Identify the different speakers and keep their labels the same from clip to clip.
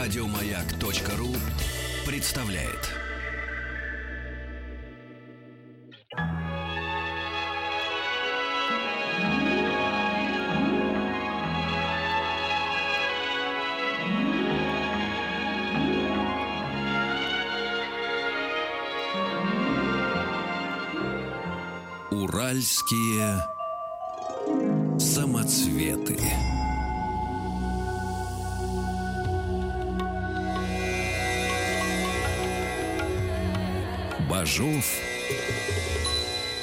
Speaker 1: Радиомаяк.ру представляет. Уральские самоцветы. Бажов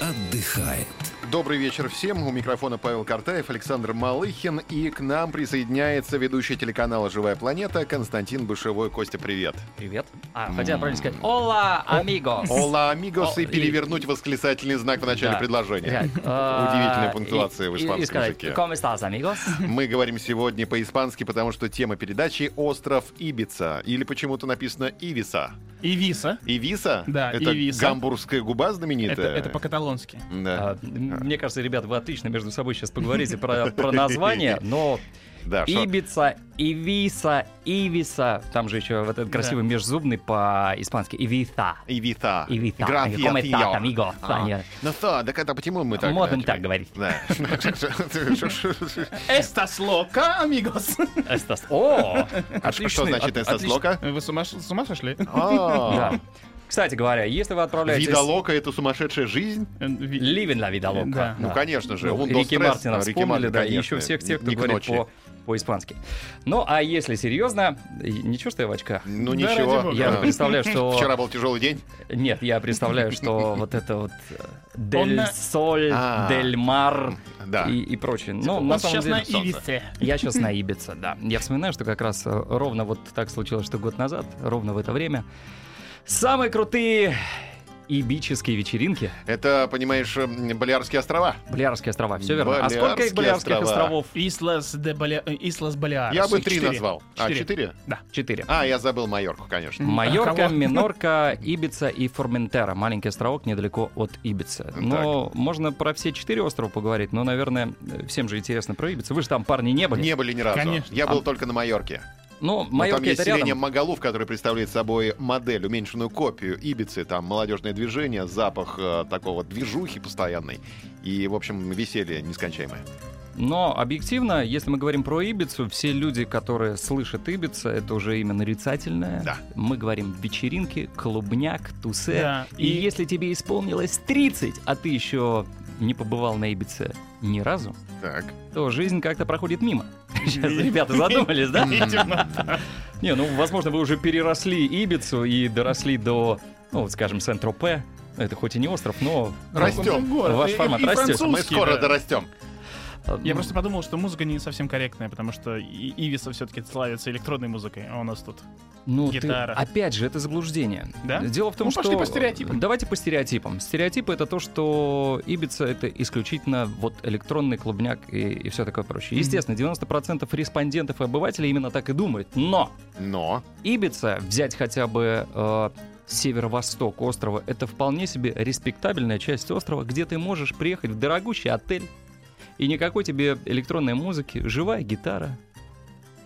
Speaker 1: отдыхает.
Speaker 2: Добрый вечер всем. У микрофона Павел Картаев, Александр Малыхин. И к нам присоединяется ведущий телеканала «Живая планета» Константин Бышевой. Костя, привет.
Speaker 3: Привет. А, хотя правильно сказать. Ола, амигос.
Speaker 2: Ола, амигос,
Speaker 3: О,
Speaker 2: и
Speaker 3: и-
Speaker 2: перевернуть восклицательный знак в начале
Speaker 3: Да.
Speaker 2: предложения. Удивительная
Speaker 3: Удивительная
Speaker 2: пунктуация в испанском
Speaker 3: э, и, сказать,
Speaker 2: языке.
Speaker 3: «Como estás, amigos?»
Speaker 2: Мы говорим сегодня по-испански, потому что тема передачи «Остров Ибица». Или почему-то написано «Ивиса».
Speaker 4: Ивиса.
Speaker 2: «Ивиса»
Speaker 4: Да,
Speaker 2: это
Speaker 4: «Ивиса».
Speaker 2: гамбургская губа
Speaker 4: Это,
Speaker 2: знаменитая?
Speaker 4: это по-каталонски.
Speaker 2: Да.
Speaker 3: А, Мне кажется, ребят, вы отлично между собой сейчас поговорите про, про название, но
Speaker 2: Да, шо-
Speaker 3: Ибица, Ивиса, Ивиса, там же еще вот этот красивый межзубный по-испански, Ивита.
Speaker 2: Ивита.
Speaker 3: Ивита.
Speaker 2: Gracias,
Speaker 3: Como estás,
Speaker 2: señor.
Speaker 3: amigo?
Speaker 2: А.
Speaker 3: Понятно.
Speaker 2: Ну что, так это почему мы так...
Speaker 3: Модно
Speaker 2: да,
Speaker 3: так
Speaker 2: теперь?
Speaker 3: говорить.
Speaker 2: Да.
Speaker 4: Estas loca, amigos.
Speaker 3: Estas- О,
Speaker 2: А что
Speaker 3: отлично,
Speaker 2: значит
Speaker 3: от-
Speaker 2: «estas
Speaker 3: отлично.
Speaker 2: loca»?
Speaker 4: Вы с ума, ш- с ума сошли?
Speaker 2: А.
Speaker 3: Да. Кстати говоря, если вы отправляетесь...
Speaker 2: Вида лока — это сумасшедшая жизнь?
Speaker 4: Э, ви-
Speaker 3: Ливен ла вида лока.
Speaker 4: Да.
Speaker 2: Ну, конечно же. он до
Speaker 3: Рики
Speaker 2: стресса.
Speaker 3: Мартина
Speaker 2: Рики
Speaker 3: вспомнили,
Speaker 2: Мартин,
Speaker 3: да, и
Speaker 2: конечно,
Speaker 3: еще всех тех, кто
Speaker 2: не к
Speaker 3: говорит
Speaker 2: ночи.
Speaker 3: по, по-испански. Ну, а если серьезно, и ничего, что я в очках.
Speaker 2: Ну,
Speaker 4: Да ради
Speaker 2: ничего.
Speaker 4: бога.
Speaker 3: Я
Speaker 2: Да.
Speaker 3: представляю, что...
Speaker 2: Вчера был тяжелый день.
Speaker 3: Нет, я представляю, что вот это вот... э, Дель
Speaker 4: на-
Speaker 3: соль,
Speaker 2: А.
Speaker 3: дель мар
Speaker 2: Да.
Speaker 3: и, и прочее. Ну,
Speaker 4: Типа, Он
Speaker 3: на самом
Speaker 4: сейчас
Speaker 3: деле...
Speaker 4: на Ивисе.
Speaker 3: Я сейчас на Ибице, да. Я вспоминаю, что как раз э, ровно вот так случилось, что год назад, ровно в это время, самые крутые ибические вечеринки.
Speaker 2: Это, понимаешь, м, Балиарские острова.
Speaker 3: Балиарские острова, все верно. а сколько
Speaker 2: Балиарские
Speaker 3: их Балиарских
Speaker 2: острова.
Speaker 3: островов?
Speaker 4: Ислас де Баля... э, Ислас Балиарос.
Speaker 2: Я бы
Speaker 4: Их
Speaker 2: три
Speaker 4: четыре.
Speaker 2: назвал. А,
Speaker 4: Четыре.
Speaker 2: четыре?
Speaker 3: Четыре.
Speaker 2: А, я забыл Майорку, конечно.
Speaker 3: Майорка,
Speaker 4: кого?
Speaker 3: Минорка, Ибица и Форментера. Маленький островок недалеко от Ибицы. Но можно про все четыре острова поговорить, но, наверное, всем же интересно про Ибицу. Вы же там, парни, не были.
Speaker 2: Не были ни разу.
Speaker 4: Конечно.
Speaker 2: Я был
Speaker 3: А-
Speaker 2: только на Майорке.
Speaker 3: Ну,
Speaker 2: Но
Speaker 3: Майорка
Speaker 2: там есть
Speaker 3: это
Speaker 2: селение
Speaker 3: рядом.
Speaker 2: Магалуф, которое представляет собой модель, уменьшенную копию Ибицы. Там молодежное движение, запах э, такого движухи постоянной. И, в общем, веселье нескончаемое.
Speaker 3: Но объективно, если мы говорим про Ибицу, все люди, которые слышат Ибица, это уже именно нарицательное.
Speaker 2: Да.
Speaker 3: Мы говорим вечеринки, клубняк, тусе.
Speaker 4: Да,
Speaker 3: И...
Speaker 4: и-
Speaker 3: если тебе исполнилось 30, а ты еще не побывал на Ибице ни разу,
Speaker 2: Так.
Speaker 3: то жизнь как-то проходит мимо. Сейчас ребята задумались, да?
Speaker 4: Видимо.
Speaker 3: Не, ну, возможно, вы уже переросли Ибицу и доросли до, ну, вот, скажем, Сент-Тропе. Это хоть и не остров, но...
Speaker 2: Растем.
Speaker 4: Город.
Speaker 3: Ваш
Speaker 4: И- и
Speaker 3: формат растет.
Speaker 4: французский,
Speaker 2: Мы скоро
Speaker 4: да.
Speaker 2: дорастем.
Speaker 3: э,
Speaker 4: Я
Speaker 3: ну,
Speaker 4: просто подумал, что музыка не совсем корректная, потому что и- Ивиса все-таки славится электронной музыкой, а у нас тут.
Speaker 3: Ну, ты-
Speaker 4: гитара.
Speaker 3: опять же, это заблуждение.
Speaker 4: Да?
Speaker 3: Дело в том,
Speaker 4: Ну,
Speaker 3: что...
Speaker 4: пошли по стереотипам.
Speaker 3: Давайте по стереотипам. Стереотипы — это то, что Ибица — это исключительно вот электронный клубняк и, все такое прочее.
Speaker 4: Мгм.
Speaker 3: Естественно, 90% респондентов и обывателей именно так и думают. Но
Speaker 2: Но.
Speaker 3: Ибица, взять хотя бы э, северо-восток острова, это вполне себе респектабельная часть острова, где ты можешь приехать в дорогущий отель, и никакой тебе электронной музыки, живая гитара,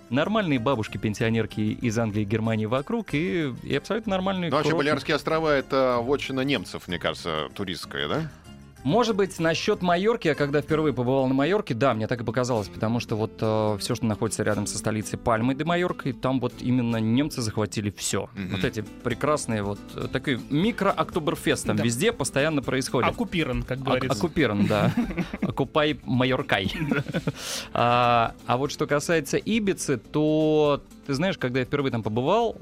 Speaker 3: нормальные бабушки-пенсионерки из Англии и Германии вокруг, и, и абсолютно нормальные...
Speaker 2: Ну, вообще,
Speaker 3: курорты.
Speaker 2: Балиарские острова — это вотчина немцев, мне кажется, туристская, да?
Speaker 3: Может быть, насчет Майорки, я когда впервые побывал на Майорке, да, мне так и показалось, потому что вот все, что находится рядом со столицей Пальмы де Майоркой, там вот именно немцы захватили все.
Speaker 2: Мгм.
Speaker 3: Вот эти прекрасные вот э, такой микро-октоберфест там
Speaker 4: Да.
Speaker 3: везде постоянно происходит.
Speaker 4: Оккупирован, как
Speaker 3: Ок-
Speaker 4: говорится.
Speaker 3: оккупирован, да. Окупай Майоркай. А а вот что касается Ибицы, то ты знаешь, когда я впервые там побывал,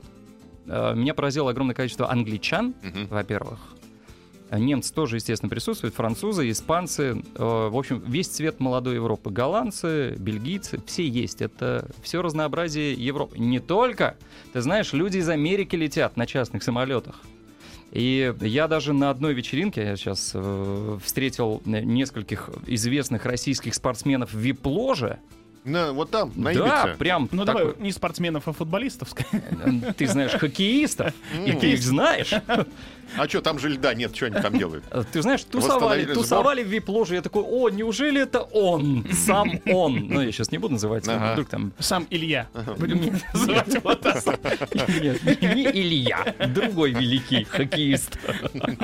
Speaker 3: э, меня поразило огромное количество англичан,
Speaker 2: Мгм.
Speaker 3: во-первых. А Немцы тоже, естественно, присутствуют, французы, испанцы, э, в общем, весь цвет молодой Европы, голландцы, бельгийцы, все есть. Это все разнообразие Европы. Не только, ты знаешь, люди из Америки летят на частных самолетах. И я даже на одной вечеринке, я э, сейчас встретил нескольких известных российских спортсменов в вип-ложе,
Speaker 2: На, вот там, на
Speaker 3: да,
Speaker 2: Ибице.
Speaker 3: прям
Speaker 4: Ну
Speaker 3: такой,
Speaker 4: давай, не спортсменов, а футболистов. скажем.
Speaker 3: э, ты знаешь хоккеистов, и ты их знаешь.
Speaker 2: А что, там же льда нет, что они там делают?
Speaker 3: Э, Ты знаешь,
Speaker 2: Восстановили
Speaker 3: тусовали,
Speaker 2: сбор.
Speaker 3: тусовали в вип-ложе. Я такой, о, неужели это он? Сам он. Ну, я сейчас не буду называть,
Speaker 2: Ага.
Speaker 3: вдруг там...
Speaker 4: Сам Илья. Будем
Speaker 3: Нет.
Speaker 4: называть его так.
Speaker 3: Нет, не Илья, другой великий хоккеист.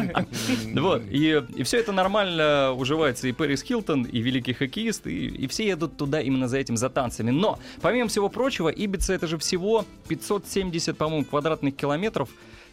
Speaker 3: Вот, и, все это нормально уживается. И Пэрис Хилтон, и великий хоккеист, и, и все едут туда именно за этим, за танцами. Но, помимо всего прочего, Ибица это же всего 570, по-моему, квадратных километров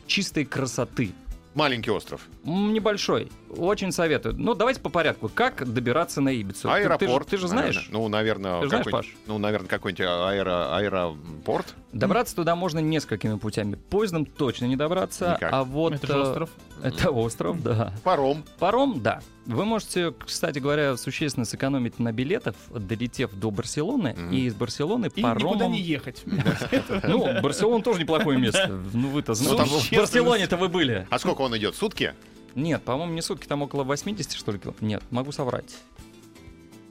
Speaker 3: чистой красоты.
Speaker 2: Маленький остров.
Speaker 3: М, Небольшой. Очень советую. Ну, давайте по порядку. Как добираться на Ибицу? Ты- ты же-
Speaker 2: Аэропорт.
Speaker 3: Ты, же
Speaker 2: наверное.
Speaker 3: знаешь.
Speaker 2: Ну, наверное,
Speaker 3: Ты знаешь,
Speaker 2: какой-нибудь-
Speaker 3: Паш?
Speaker 2: ну, наверное, какой-нибудь аэро, аэропорт.
Speaker 3: Добраться туда можно несколькими путями. Поездом точно не добраться.
Speaker 2: Никак.
Speaker 3: А вот...
Speaker 4: Это же
Speaker 3: э,
Speaker 4: остров.
Speaker 3: Это остров, да.
Speaker 2: Паром.
Speaker 3: Паром, да. Вы можете, кстати говоря, существенно сэкономить на билетах, долетев до Барселоны.
Speaker 2: Мгм.
Speaker 3: И из Барселоны
Speaker 4: И никуда
Speaker 3: паромом...
Speaker 4: не ехать.
Speaker 3: Ну, Барселона тоже неплохое место. Ну, вы-то
Speaker 2: Ну, там
Speaker 3: знаете. В Барселоне-то вы были.
Speaker 2: А сколько он идет? Сутки?
Speaker 3: Нет, по-моему, не сутки, там около 80, что ли, кило- Нет, могу соврать.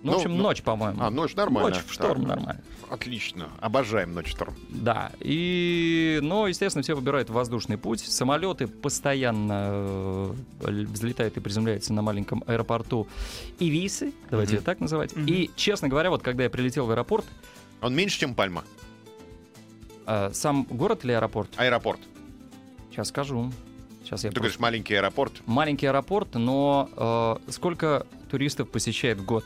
Speaker 3: Ну,
Speaker 2: Ну,
Speaker 3: в общем,
Speaker 2: ну,
Speaker 3: ночь, по-моему.
Speaker 2: А, ночь нормально.
Speaker 3: Ночь в шторм
Speaker 2: Так.
Speaker 3: нормально.
Speaker 2: Отлично. Обожаем ночь шторм.
Speaker 3: Да. И, но, естественно, все выбирают воздушный путь. Самолеты постоянно э, л- взлетают и приземляются на маленьком аэропорту Ивисы, давайте
Speaker 2: Мгм.
Speaker 3: её так называть.
Speaker 4: Мгм.
Speaker 3: И, честно говоря, вот когда я прилетел в аэропорт,
Speaker 2: Он меньше, чем Пальма.
Speaker 3: э, сам город или аэропорт?
Speaker 2: Аэропорт.
Speaker 3: Сейчас скажу. Сейчас я
Speaker 2: Ты
Speaker 3: просто-
Speaker 2: говоришь, маленький аэропорт.
Speaker 3: Маленький аэропорт, но э, сколько туристов посещает в год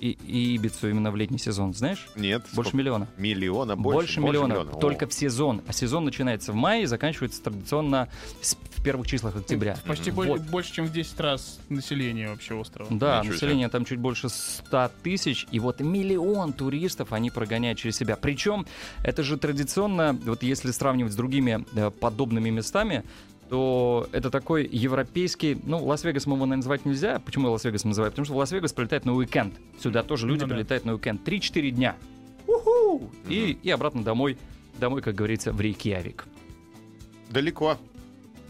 Speaker 3: и, и Ибицу именно в летний сезон, знаешь?
Speaker 2: Нет.
Speaker 3: Больше
Speaker 2: сколько?
Speaker 3: миллиона.
Speaker 2: миллиона. Больше,
Speaker 3: Больше, миллиона,
Speaker 2: О.
Speaker 3: только в сезон. А сезон начинается в мае и заканчивается традиционно с- в первых числах октября.
Speaker 4: Почти
Speaker 3: Вот.
Speaker 4: боль- больше, чем в 10 раз население вообще острова.
Speaker 3: Да,
Speaker 2: Ничего себе.
Speaker 3: население там чуть больше 100 тысяч, и вот миллион туристов они прогоняют через себя. Причем это же традиционно, вот если сравнивать с другими э, подобными местами, то это такой европейский, ну, Лас-Вегасом его наверное, назвать нельзя. Почему я Лас-Вегас называю? Потому что в Лас-Вегас прилетает на уикенд. Сюда тоже люди
Speaker 4: Ну да.
Speaker 3: прилетают на уикенд. 3-4 дня. Уху! И, и обратно домой, домой, как говорится, в Рейкьявик.
Speaker 2: Далеко.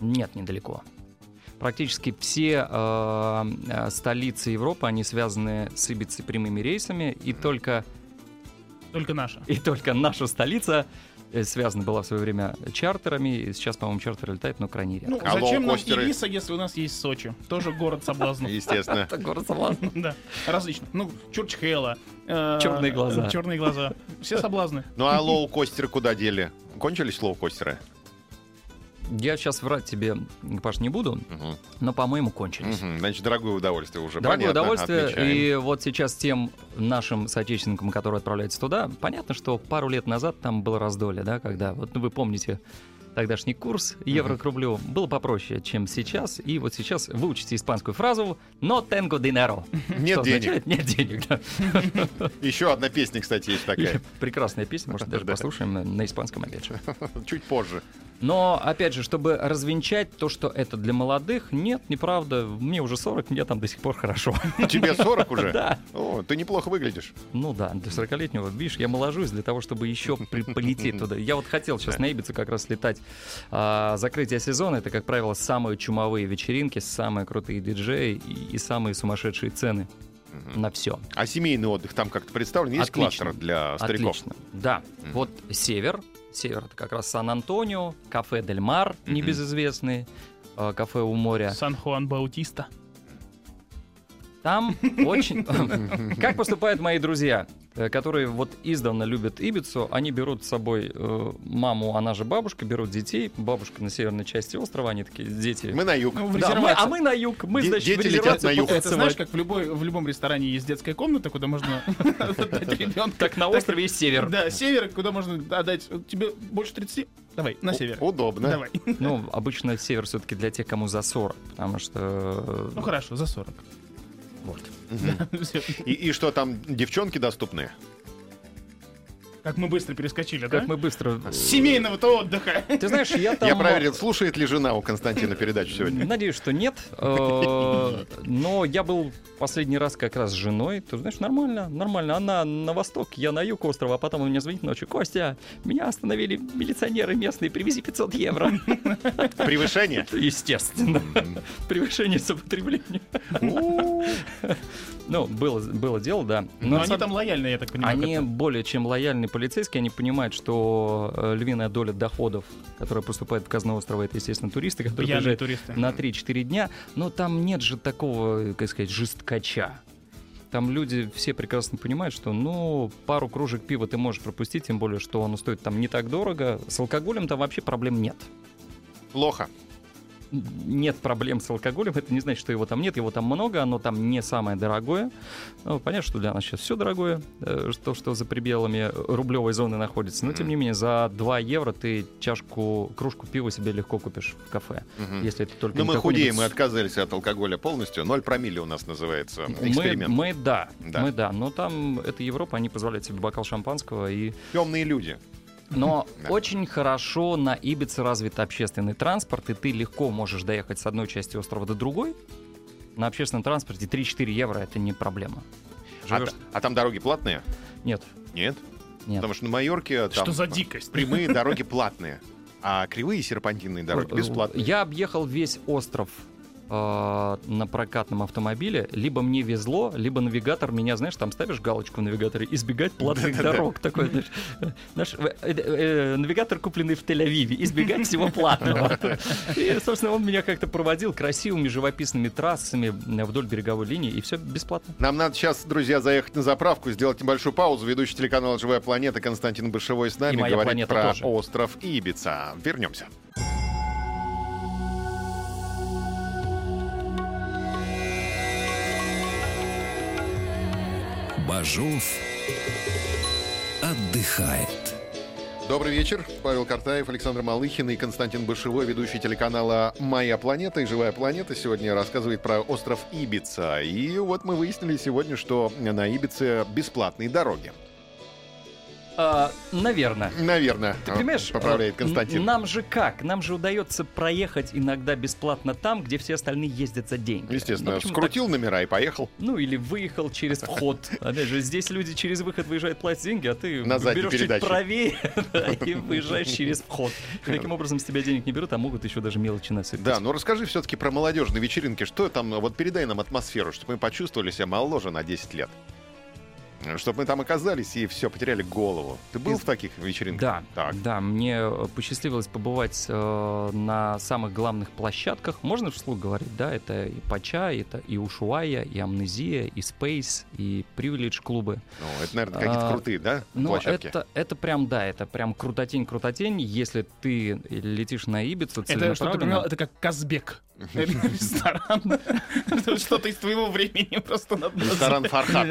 Speaker 3: Нет, недалеко. Практически все э, э, столицы Европы, они связаны с Ибицей прямыми рейсами, и только,
Speaker 4: Только наша.
Speaker 3: и только наша столица э, связана была в свое время чартерами, и сейчас, по-моему, чартер летает, но крайне редко.
Speaker 4: Ну,
Speaker 2: Алло,
Speaker 4: зачем нам
Speaker 2: костеры.
Speaker 4: Ириса, если у нас есть Сочи? Тоже город
Speaker 3: Ну.
Speaker 4: соблазнов.
Speaker 2: Естественно.
Speaker 3: Это город соблазна.
Speaker 4: Да, различно. Ну, Чурчхела.
Speaker 3: Чёрные глаза.
Speaker 4: Черные глаза. Все соблазны.
Speaker 2: Ну а лоукостеры куда дели? Кончились лоукостеры?
Speaker 3: Я сейчас врать тебе, Паш, не буду,
Speaker 2: Мгм.
Speaker 3: но, по-моему, кончились.
Speaker 2: Мгм. Значит, дорогое удовольствие уже.
Speaker 3: Дорогое
Speaker 2: Понятно,
Speaker 3: удовольствие.
Speaker 2: отмечаем.
Speaker 3: И вот сейчас тем нашим соотечественникам, которые отправляются туда, понятно, что пару лет назад там было раздолье, да, когда, вот ну, вы помните, тогдашний курс евро к рублю был попроще, чем сейчас. И вот сейчас выучите испанскую фразу «но tengo dinero».
Speaker 2: Нет
Speaker 3: Что
Speaker 2: денег.
Speaker 3: означает «нет денег». да.
Speaker 2: Еще одна песня, кстати, есть такая.
Speaker 3: Прекрасная песня, может, даже
Speaker 2: Да.
Speaker 3: послушаем на испанском опять же.
Speaker 2: Чуть позже.
Speaker 3: Но, опять же, чтобы развенчать то, что это для молодых, нет, неправда, мне уже 40, мне там до сих пор хорошо.
Speaker 2: Тебе 40 уже?
Speaker 3: Да.
Speaker 2: О, ты неплохо выглядишь.
Speaker 3: Ну да, до 40-летнего, видишь, я моложусь для того, чтобы еще при- полететь туда. Я вот хотел сейчас на Ибицу как раз летать. А, закрытие сезона — это, как правило, самые чумовые вечеринки, самые крутые диджеи и, и самые сумасшедшие цены
Speaker 2: Мгм.
Speaker 3: на все.
Speaker 2: А семейный отдых там как-то представлен? Есть
Speaker 3: Отлично.
Speaker 2: кластер для стариков?
Speaker 3: Отлично. Да,
Speaker 2: Мгм.
Speaker 3: вот север. Север — это как раз Сан-Антонио, кафе «Дель Мар»,
Speaker 2: Мгм.
Speaker 3: небезызвестный, а, кафе у моря.
Speaker 4: Сан-Хуан Баутиста.
Speaker 3: Там очень... Как поступают мои друзья, э, которые вот издавна любят Ибицу, они берут с собой э, маму, она же бабушка, берут детей, бабушка на северной части острова, они такие, дети...
Speaker 2: Мы на юг.
Speaker 4: Ну, в
Speaker 3: Да, мы- а
Speaker 4: резервации.
Speaker 3: мы на юг, мы,
Speaker 2: Де-
Speaker 3: значит,
Speaker 2: дети
Speaker 3: в
Speaker 2: летят
Speaker 3: резервацию
Speaker 2: на юг.
Speaker 4: Это знаешь,
Speaker 3: потанцевать.
Speaker 4: как в, любой, в любом ресторане есть детская комната, куда можно отдать ребенка.
Speaker 3: Так на острове есть север.
Speaker 4: Да, север, куда можно отдать. Тебе больше 30? Давай, на
Speaker 2: У-
Speaker 4: север.
Speaker 2: Удобно.
Speaker 4: Давай.
Speaker 3: Ну, обычно север все-таки для тех, кому за 40, потому что...
Speaker 4: Ну хорошо, за 40.
Speaker 3: э, вот.
Speaker 2: Мгм.
Speaker 3: Хм.
Speaker 4: Всё.
Speaker 2: И, и что там, девчонки доступны?
Speaker 4: Как мы быстро перескочили, да?
Speaker 3: Как мы быстро...
Speaker 4: С семейного-то отдыха.
Speaker 3: Ты знаешь, я там...
Speaker 2: Я проверил, слушает ли жена у Константина передачу сегодня.
Speaker 3: Надеюсь, что нет. Э, Но я был последний раз как раз с женой. Ты знаешь, нормально, нормально. Она на восток, я на юг острова, а потом он мне звонит ночью. Костя, меня остановили милиционеры местные, привези 500 евро.
Speaker 2: Превышение?
Speaker 3: Естественно. Превышение сопротивления.
Speaker 2: У,
Speaker 3: Ну, было, было дело, да.
Speaker 4: Но
Speaker 3: на
Speaker 4: Ну, они
Speaker 3: самом-
Speaker 4: там лояльны, я так понимаю.
Speaker 3: Они
Speaker 4: к этому.
Speaker 3: более чем лояльные полицейские, они понимают, что э, львиная доля доходов, которая поступает в казну острова, это, естественно, туристы, которые
Speaker 4: Пьяные
Speaker 3: приезжают
Speaker 4: туристы.
Speaker 3: на 3-4 дня, но там нет же такого, как сказать, жесткача. Там люди все прекрасно понимают, что, ну, пару кружек пива ты можешь пропустить, тем более, что оно стоит там не так дорого. С алкоголем там вообще проблем нет.
Speaker 2: Плохо.
Speaker 3: Нет проблем с алкоголем, это не значит, что его там нет, его там много, оно там не самое дорогое. Ну, понятно, что для нас сейчас все дорогое, э, то, что за пределами рублевой зоны находится, но, тем не менее, за 2 евро ты чашку, кружку пива себе легко купишь в кафе,
Speaker 2: Мгм.
Speaker 3: если это только
Speaker 2: Ну,
Speaker 3: не
Speaker 2: мы
Speaker 3: какой-нибудь
Speaker 2: худеем, мы отказались от алкоголя полностью. Ноль промилле у нас называется
Speaker 3: Мы,
Speaker 2: эксперимент.
Speaker 3: мы да,
Speaker 2: Да.
Speaker 3: мы да, но там это Европа, они позволяют себе бокал шампанского и.
Speaker 2: Темные люди.
Speaker 3: Но
Speaker 2: Да.
Speaker 3: очень хорошо на Ибице развит общественный транспорт, и ты легко можешь доехать с одной части острова до другой. На общественном транспорте 3-4 евро это не проблема.
Speaker 2: А,
Speaker 3: Живешь-
Speaker 2: та- а там дороги платные?
Speaker 3: Нет,
Speaker 2: Нет.
Speaker 3: нет.
Speaker 2: Потому что на Майорке там
Speaker 4: Что за дикость?
Speaker 2: прямые дороги платные, а кривые серпантинные дороги бесплатные.
Speaker 3: Э, Я объехал весь остров э, на прокатном автомобиле, либо мне везло, либо навигатор меня, знаешь, там ставишь галочку в навигаторе, избегать платных дорог. Такой, знаешь, наш, э, э, э, навигатор, купленный в Тель-Авиве, избегать всего платного. И, собственно, он меня как-то проводил красивыми живописными трассами э, вдоль береговой линии, и все бесплатно.
Speaker 2: Нам надо сейчас, друзья, заехать на заправку, сделать небольшую паузу. Ведущий телеканала «Живая планета» Константин Бышевой с нами
Speaker 3: моя
Speaker 2: говорит
Speaker 3: планета
Speaker 2: про
Speaker 3: тоже.
Speaker 2: остров Ибица. Вернемся.
Speaker 1: Бажов отдыхает.
Speaker 2: Добрый вечер. Павел Картаев, Александр Малыхин и Константин Бышевой, ведущий телеканала «Моя планета» и «Живая планета» сегодня рассказывает про остров Ибица. И вот мы выяснили сегодня, что на Ибице бесплатные дороги.
Speaker 3: А, наверное.
Speaker 2: Наверное,
Speaker 3: Ты понимаешь?
Speaker 2: А, поправляет
Speaker 3: э,
Speaker 2: Константин.
Speaker 3: н- Нам же как? Нам же удается проехать иногда бесплатно там, где все остальные ездят за деньги. Ну,
Speaker 2: Естественно,
Speaker 3: почему так?
Speaker 2: скрутил номера и поехал.
Speaker 3: Ну, или выехал через вход. Опять же, здесь люди через выход выезжают, платят деньги, а ты
Speaker 2: На задней
Speaker 3: берешь чуть
Speaker 2: передаче.
Speaker 3: правее да, и выезжаешь через вход. Таким образом, с тебя денег не берут, а могут еще даже мелочи насыпать.
Speaker 2: Да, ну расскажи все-таки про молодежные вечеринки. Что там, вот передай нам атмосферу, чтобы мы почувствовали себя моложе на 10 лет. Чтобы мы там оказались и все, потеряли голову. Ты был
Speaker 3: Из-
Speaker 2: в таких вечеринках?
Speaker 3: Да,
Speaker 2: Так.
Speaker 3: да, мне э, посчастливилось побывать э, на самых главных площадках. Можно вслух говорить, да, это и Пача, это и Ушуая, и Амнезия, и Space, и Privilege клубы.
Speaker 2: Ну, это, наверное, какие-то
Speaker 3: А,
Speaker 2: крутые, да,
Speaker 3: Но
Speaker 2: площадки?
Speaker 3: это, это прям, да, это прям крутотень-крутотень. Если ты летишь на Ибицу,
Speaker 4: Это, что ты
Speaker 3: целенаправленно-
Speaker 4: понимал, это как Казбек. Это Ресторан. Это что-то из твоего времени просто надо
Speaker 2: Ресторан Фархат.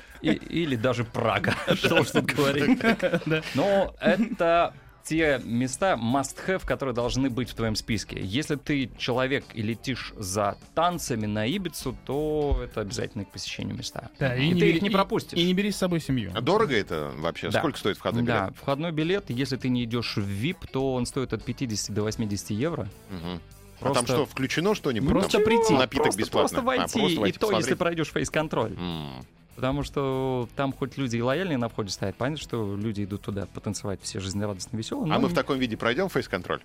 Speaker 3: И- Или даже Прага, что уж тут говорить.
Speaker 4: Да.
Speaker 3: Но Ну, это те места must-have, которые должны быть в твоем списке. Если ты человек и летишь за танцами на Ибицу, то это обязательно к посещению места.
Speaker 4: Да,
Speaker 3: И ты
Speaker 4: бери-
Speaker 3: их не
Speaker 4: и-
Speaker 3: пропустишь.
Speaker 4: И не бери с собой семью.
Speaker 2: А Дорого это вообще?
Speaker 3: Да.
Speaker 2: Сколько стоит входной билет?
Speaker 3: Да, входной билет, если ты не идешь в VIP, то он стоит от 50 до 80 евро. Ну,
Speaker 2: Мгм. А
Speaker 3: Просто-
Speaker 2: там что, включено что-нибудь?
Speaker 4: Просто
Speaker 2: Там Ну,
Speaker 4: прийти.
Speaker 2: Напиток
Speaker 3: просто,
Speaker 2: бесплатно.
Speaker 3: Просто войти,
Speaker 2: А, просто
Speaker 3: и
Speaker 2: войти,
Speaker 3: то, если
Speaker 2: посмотреть.
Speaker 3: пройдешь фейс-контроль.
Speaker 2: М.
Speaker 3: Потому что там хоть люди и лояльные на входе стоят, понятно, что люди идут туда потанцевать, все жизнерадостно веселые.
Speaker 2: А мы в таком виде пройдем фейс-контроль?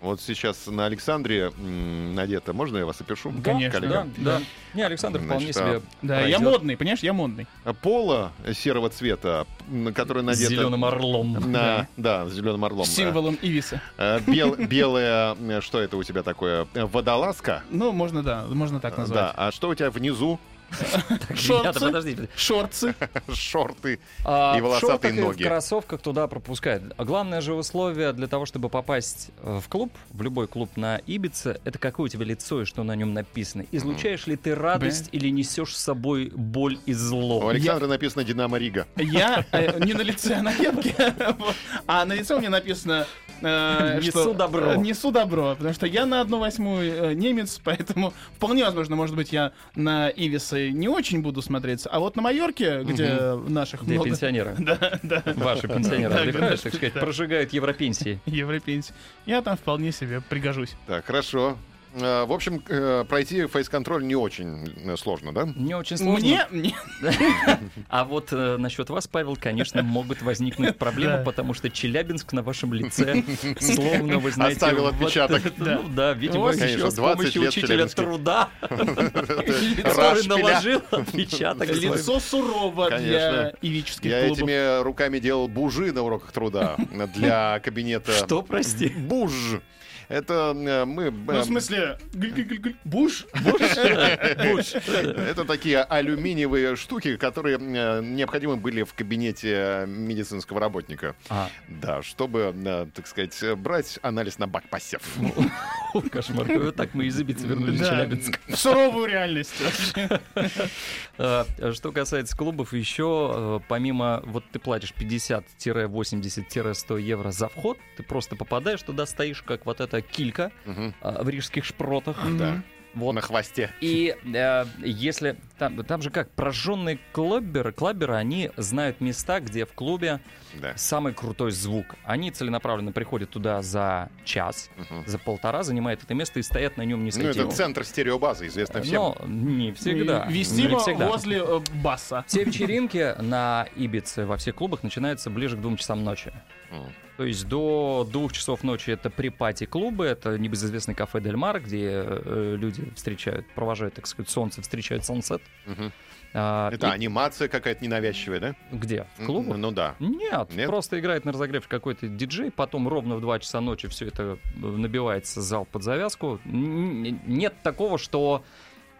Speaker 2: Вот сейчас на Александре м, надето. Можно я вас опишу?
Speaker 4: Конечно,
Speaker 2: коллега?
Speaker 3: Да, да. Не, Александр вполне
Speaker 2: Значит, а,
Speaker 3: себе
Speaker 4: Да, я
Speaker 3: пройдет.
Speaker 4: модный, понимаешь, я модный.
Speaker 2: Пола серого цвета, м, которое
Speaker 3: с
Speaker 2: надето...
Speaker 3: зеленым орлом.
Speaker 2: На, да, с зеленым орлом.
Speaker 4: Символом Ивиса.
Speaker 2: Э, э, бел- белая, э, что это у тебя такое? Э, Водолазка?
Speaker 4: Ну, можно, да, можно так
Speaker 2: Да,
Speaker 4: назвать.
Speaker 2: а что у тебя внизу?
Speaker 3: Так,
Speaker 4: Шорты?
Speaker 3: ребята, подождите.
Speaker 4: Шорцы.
Speaker 2: Шорты.
Speaker 3: А,
Speaker 2: И
Speaker 3: в
Speaker 2: волосатые
Speaker 3: шортах и
Speaker 2: ноги.
Speaker 3: в кроссовках туда пропускают. А главное же условие для того, чтобы попасть э, в клуб, в любой клуб на Ибице, это какое у тебя лицо и что на нем написано. Излучаешь ли ты радость или несешь с собой боль и
Speaker 2: У
Speaker 3: зло?
Speaker 2: Александра написано «Динамо Рига».
Speaker 4: Я э, не на лице, а на кепке. Вот. А на лице у меня написано... э,
Speaker 3: Несу
Speaker 4: что-
Speaker 3: добро.
Speaker 4: э, Несу добро, потому что я на одну восьмую э, немец, поэтому вполне возможно, может быть, я на Ивисы не очень буду смотреться, а вот на Майорке, где наших
Speaker 3: Для
Speaker 4: много...
Speaker 3: пенсионера.
Speaker 4: Да, да.
Speaker 3: Ваши пенсионеры
Speaker 4: Да,
Speaker 3: отдыхают,
Speaker 4: конечно,
Speaker 3: так сказать,
Speaker 4: да.
Speaker 3: прожигают европенсии.
Speaker 4: Европейцы. Я там вполне себе пригожусь.
Speaker 2: Так, хорошо. Э, В общем, к- э, пройти фейс-контроль не очень э, сложно, да?
Speaker 3: Мне очень сложно.
Speaker 4: Мне? Мне?
Speaker 3: А вот э, насчет вас, Павел, конечно, могут возникнуть проблемы,
Speaker 4: Да.
Speaker 3: потому что Челябинск на вашем лице словно, вы знаете...
Speaker 2: Оставил
Speaker 3: вот-
Speaker 2: отпечаток.
Speaker 3: Ну да, видимо,
Speaker 4: Вот,
Speaker 2: конечно,
Speaker 3: еще с
Speaker 2: 20
Speaker 3: помощью
Speaker 2: лет
Speaker 3: учителя
Speaker 2: челябинских.
Speaker 3: труда, который
Speaker 2: Рашпиля.
Speaker 3: наложил отпечаток. свой.
Speaker 4: Лицо сурово для
Speaker 2: Конечно.
Speaker 4: ивических
Speaker 2: Я
Speaker 4: клубов.
Speaker 2: этими руками делал бужи на уроках труда для кабинета.
Speaker 3: Что, прости?
Speaker 2: Буж. Это э, мы...
Speaker 4: Ну,
Speaker 2: э,
Speaker 4: в смысле, гль-гль-гль-гль. буш?
Speaker 2: Это такие алюминиевые штуки, которые э, необходимы были в кабинете медицинского работника.
Speaker 3: А,
Speaker 2: Да, чтобы, э, так сказать, э, брать анализ на бак посев.
Speaker 3: о, кошмар. Вот так мы из Ибицы вернулись в
Speaker 4: Да.
Speaker 3: Челябинск.
Speaker 4: В суровую реальность.
Speaker 3: Э, Что касается клубов, еще э, помимо, вот ты платишь 50-80-100 евро за вход, ты просто попадаешь туда, стоишь, как вот эта килька
Speaker 2: Мгм.
Speaker 3: э, в рижских шпротах.
Speaker 2: Да.
Speaker 3: Вот.
Speaker 2: На хвосте.
Speaker 3: И э, если там, там же как прожженные клабберы, клабберы, они знают места, где в клубе
Speaker 2: Да.
Speaker 3: самый крутой звук. Они целенаправленно приходят туда за час,
Speaker 2: Мгм.
Speaker 3: за полтора, занимают это место и стоят на нем не
Speaker 2: Ну, это центр стереобазы, известно всем.
Speaker 3: Э, Но не всегда.
Speaker 4: Вестимо
Speaker 3: Не всегда.
Speaker 4: возле э, баса.
Speaker 3: Все вечеринки на Ибице во всех клубах начинаются ближе к двум часам ночи.
Speaker 2: Мгм.
Speaker 3: То есть до двух часов ночи это припати клубы, это небезызвестный кафе Дель Мар, где э, люди встречают, провожают, так сказать, солнце, встречают сансет.
Speaker 2: Мгм.
Speaker 3: А,
Speaker 2: Это
Speaker 3: и-
Speaker 2: анимация какая-то ненавязчивая, да?
Speaker 3: Где? В
Speaker 2: М,
Speaker 3: клубах?
Speaker 2: Ну да.
Speaker 3: Нет,
Speaker 2: Нет?
Speaker 3: просто играет на разогрев какой-то диджей, потом ровно в 2 часа ночи все это э, набивается зал под завязку. Н- н- Нет такого, что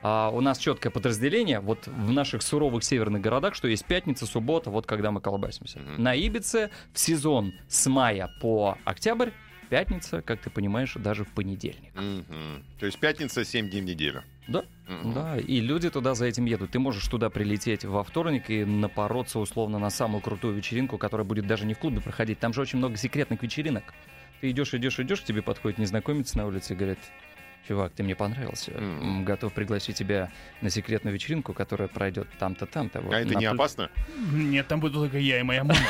Speaker 3: а, у нас четкое подразделение, вот в наших суровых северных городах, что есть пятница, суббота, вот когда мы колбасимся.
Speaker 2: Мгм.
Speaker 3: На Ибице в сезон с мая по октябрь пятница, как ты понимаешь, даже в понедельник.
Speaker 2: Мгм. То есть пятница 7 дней в неделю.
Speaker 3: Да.
Speaker 2: Мгм.
Speaker 3: Да, и люди туда за этим едут. Ты можешь туда прилететь во вторник и напороться условно на самую крутую вечеринку, которая будет даже не в клубе проходить. Там же очень много секретных вечеринок. Ты идешь, идешь, идешь, к тебе подходит незнакомец на улице и говорит, чувак, ты мне понравился,
Speaker 2: Мгм.
Speaker 3: М, готов пригласить тебя на секретную вечеринку, которая пройдет там-то, там-то. Вот,
Speaker 2: А это
Speaker 3: на
Speaker 2: не
Speaker 3: пл-
Speaker 2: опасно?
Speaker 4: Нет, там буду только я и моя мама.